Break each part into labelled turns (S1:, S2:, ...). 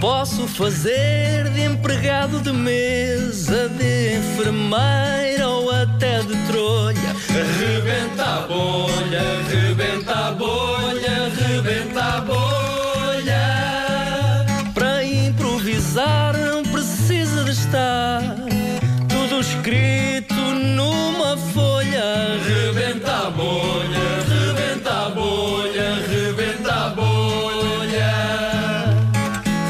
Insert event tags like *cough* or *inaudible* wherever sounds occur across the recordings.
S1: Posso fazer de empregado de mesa, de enfermeira ou até de trolha.
S2: Rebenta a bolha, rebenta a bolha, rebenta a bolha.
S1: Para improvisar não precisa de estar tudo escrito numa folha.
S2: Rebenta a bolha, rebenta a bolha, rebenta a bolha.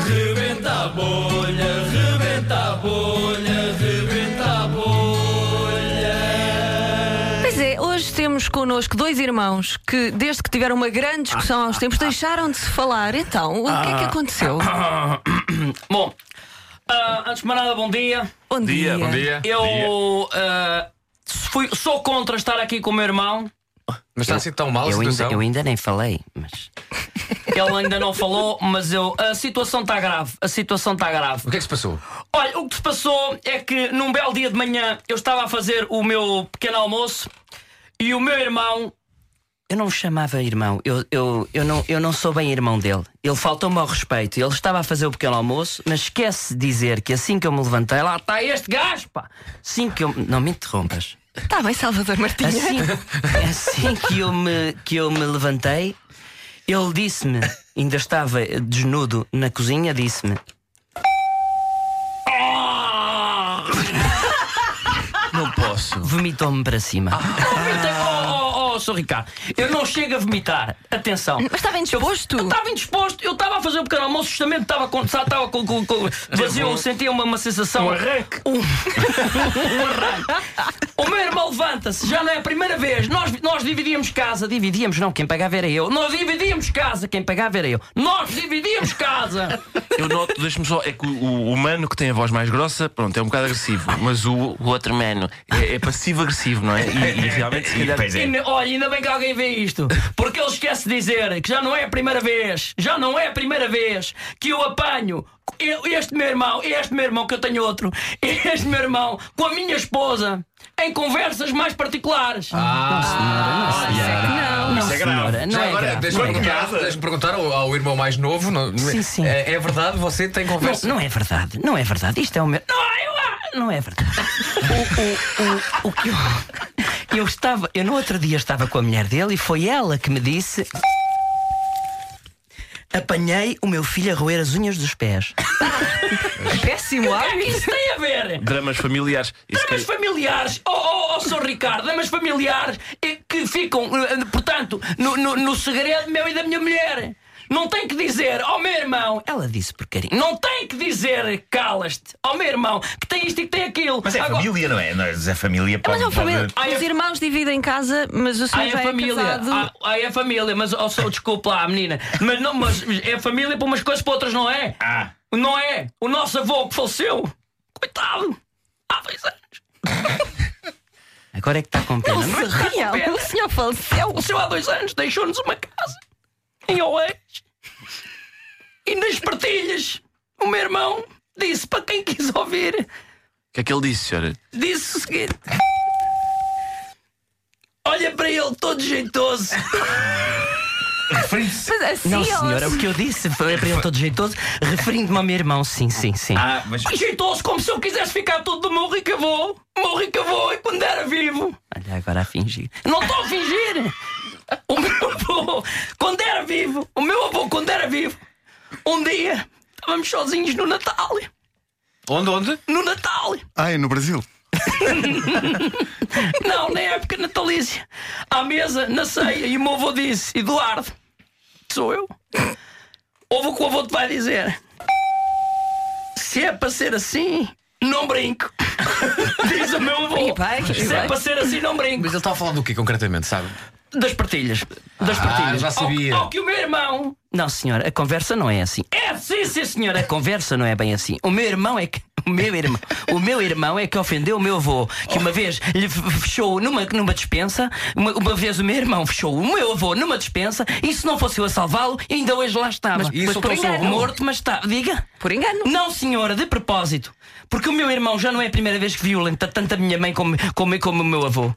S2: Rebenta a bolha, rebenta a bolha, rebenta a bolha.
S3: Pois é, hoje temos connosco dois irmãos que, desde que tiveram uma grande discussão aos
S4: Ah,
S3: tempos, deixaram de se falar. Então, o que é que
S4: *coughs*
S3: aconteceu?
S1: Bom, ah, antes de mais nada, bom dia.
S3: Bom
S4: Dia, bom dia.
S1: Eu
S4: Dia.
S1: ah, fui, sou contra estar aqui com o meu irmão.
S4: Mas está assim tão mal a
S5: Eu ainda,
S4: situação.
S5: eu ainda nem falei, mas
S1: Ele ainda não falou, mas eu. A situação está grave. A situação está grave.
S4: O que é que se passou?
S1: Olha, o que se passou é que num belo dia de manhã eu estava a fazer o meu pequeno almoço e o meu irmão.
S5: eu não o chamava irmão. Eu, eu, eu, não, eu não sou bem irmão dele. Ele faltou-me ao respeito. Ele estava a fazer o pequeno almoço, mas esquece de dizer que assim que eu me levantei, lá está este gajo, pá! Assim que eu. Não me interrompas.
S3: Está Tá bem, Salvador Martinha. *laughs*
S5: Assim, assim que, eu me, que eu me levantei, ele disse-me, ainda estava desnudo na cozinha, disse-me.
S4: Não posso.
S5: Vomitou-me para cima.
S1: Ah, Vomitei- Oh, oh, oh, Sr. Ricardo, eu não chego a vomitar. Atenção.
S3: Mas está bem disposto?
S1: Eu estava indisposto, eu estava a fazer o pequeno almoço, justamente estava com. Estava com, com, com vazio, sentia uma, uma sensação. Um arranque. Um, *laughs* arranque. O meu irmão levanta-se, já não é a primeira vez. Nós, nós dividíamos casa, dividíamos, não, quem pagava era eu. Nós dividíamos casa, quem pagava era eu. Nós dividíamos casa.
S4: Eu noto, deixa-me só, é que o, o humano que tem a voz mais grossa, pronto, é um bocado agressivo. Mas o, o outro mano é, é passivo-agressivo, não *laughs* é? E, e realmente, é. se calhar.
S1: E ne- olha, ainda bem que alguém vê isto, porque ele esquece de dizer que já não é a primeira vez, já não é a primeira vez que eu apanho eu- este meu irmão, este meu irmão que eu tenho outro, este meu irmão com a minha esposa em conversas mais particulares.
S3: Não, não.
S5: Senhora, não
S4: Já
S5: é
S4: agora,
S5: grave,
S4: deixa-me
S5: não é grave.
S4: perguntar, deixa-me perguntar ao, ao irmão mais novo. não-
S5: Sim, sim.
S4: É, é verdade, você tem
S5: Não,
S4: conversa.
S5: não é verdade, não é verdade. Isto é o meu. Não, eu- não é verdade. O, o, o, o que eu. Eu estava. Eu no outro dia estava com a mulher dele e foi ela que me disse. Apanhei o meu filho a roer as unhas dos pés. "Ah,
S3: Péssimo
S1: O que é que
S3: árbitro.
S1: isso tem a ver?
S4: Dramas familiares. Isso
S1: Damas
S4: que-
S1: familiares, oh, oh, oh Sr. Ricardo, damas familiares eh, que ficam, eh, portanto, no, no- no segredo meu e da minha mulher. Não tem que dizer ao meu irmão,
S5: Ela disse por carinho.
S1: Não tem que dizer calas-te ao meu irmão que tem isto e que tem aquilo.
S6: Mas é
S1: Agora-
S6: família, não é? Mas é família, pode,
S3: Mas é uma família.
S6: pode-
S1: Ai,
S3: Os
S1: é-
S3: irmãos dividem casa, mas o senhor
S1: Ai,
S3: já
S1: é
S3: é
S1: família.
S3: casado.
S1: Ai, Ai, é família, mas oh, só, desculpa lá, menina. Mas, não, mas é família para umas coisas, para outras não é.
S6: Ah,
S1: Não é. O nosso avô que faleceu, coitado, há dois anos.
S5: Agora é que está com pena.
S3: Não se riam. O senhor faleceu.
S1: Faleceu há dois anos, deixou-nos uma casa em Oeiras. E nas partilhas, o meu irmão disse para quem quis ouvir.
S4: O que é que ele disse, senhora?
S1: disse o seguinte: Olha para ele todo jeitoso.
S6: referindo-se.
S3: Mas assim,
S5: Não,
S3: ó,
S5: senhora, o que eu disse
S6: *laughs*
S5: foi para ele todo jeitoso, referindo-me ao meu irmão. Sim, sim, sim.
S6: Ah, mas.
S1: Jeitoso como se eu quisesse ficar todo do meu rico avô. Meu rico avô, e quando era vivo.
S5: Olha, agora a fingir.
S1: Não estou a fingir. O meu avô, quando era vivo, o meu avô, quando era vivo, um dia estávamos sozinhos no Natal.
S4: Onde, onde?
S1: No Natal.
S7: Ah, é no Brasil.
S1: *laughs* Não, na época natalícia. À mesa, na ceia, e o meu avô disse: Eduardo, sou eu. Ouve o que o avô te vai dizer. Se é para ser assim, não brinco. *laughs* Diz o meu avô.
S3: E bem, e
S1: Se é
S3: bem.
S1: para ser assim, não brinco.
S4: Mas ele estava a falar do quê concretamente, sabe?
S1: Das partilhas. Das partilhas.
S4: Ah, já
S1: Ao-
S4: sabia.
S1: Ao, que o meu irmão.
S5: Não, senhora, a conversa não é assim.
S1: É, sim, sim,
S5: A
S1: senhora.
S5: conversa não é bem assim. O meu irmão é que. O meu irmão, o meu irmão é que ofendeu o meu avô, que uma vez lhe f- fechou numa, numa dispensa, uma, uma vez o meu irmão fechou o meu avô numa dispensa, e se não fosse eu a salvá-lo, ainda hoje lá estava.
S4: Mas isso
S5: por
S4: não sou
S5: engano,
S4: eu.
S5: morto, mas está. Diga.
S3: Por engano.
S5: Não, senhora, de propósito. Porque o meu irmão já não é a primeira vez que violenta tanto a minha mãe como, como, como o meu avô.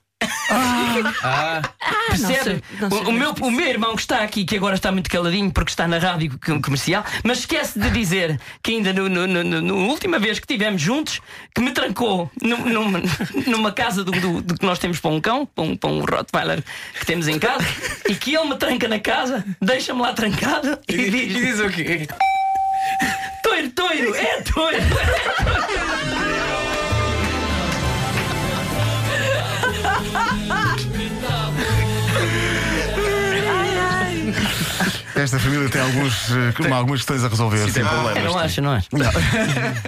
S3: Ah, não
S1: Percebe?
S3: sei, não sei
S1: o, o meu, o meu irmão que está aqui, que agora está muito caladinho porque está na rádio com- comercial, mas esquece de dizer que ainda no, no, no- no- no última vez que estivemos juntos, que me trancou num- *laughs* numa, numa casa do, do- do que nós temos para um cão, para um, para um Rottweiler que temos em casa, e que ele me tranca na casa, deixa-me lá trancado e,
S5: E
S1: diz:
S5: diz o quê?
S1: Toiro, toiro, é toiro.
S8: Esta família tem alguns, eh, algumas questões a resolver.
S6: Sim, tem
S8: sim.
S6: problemas.
S1: Não
S4: Ah.
S6: tem.
S1: acho, não acho.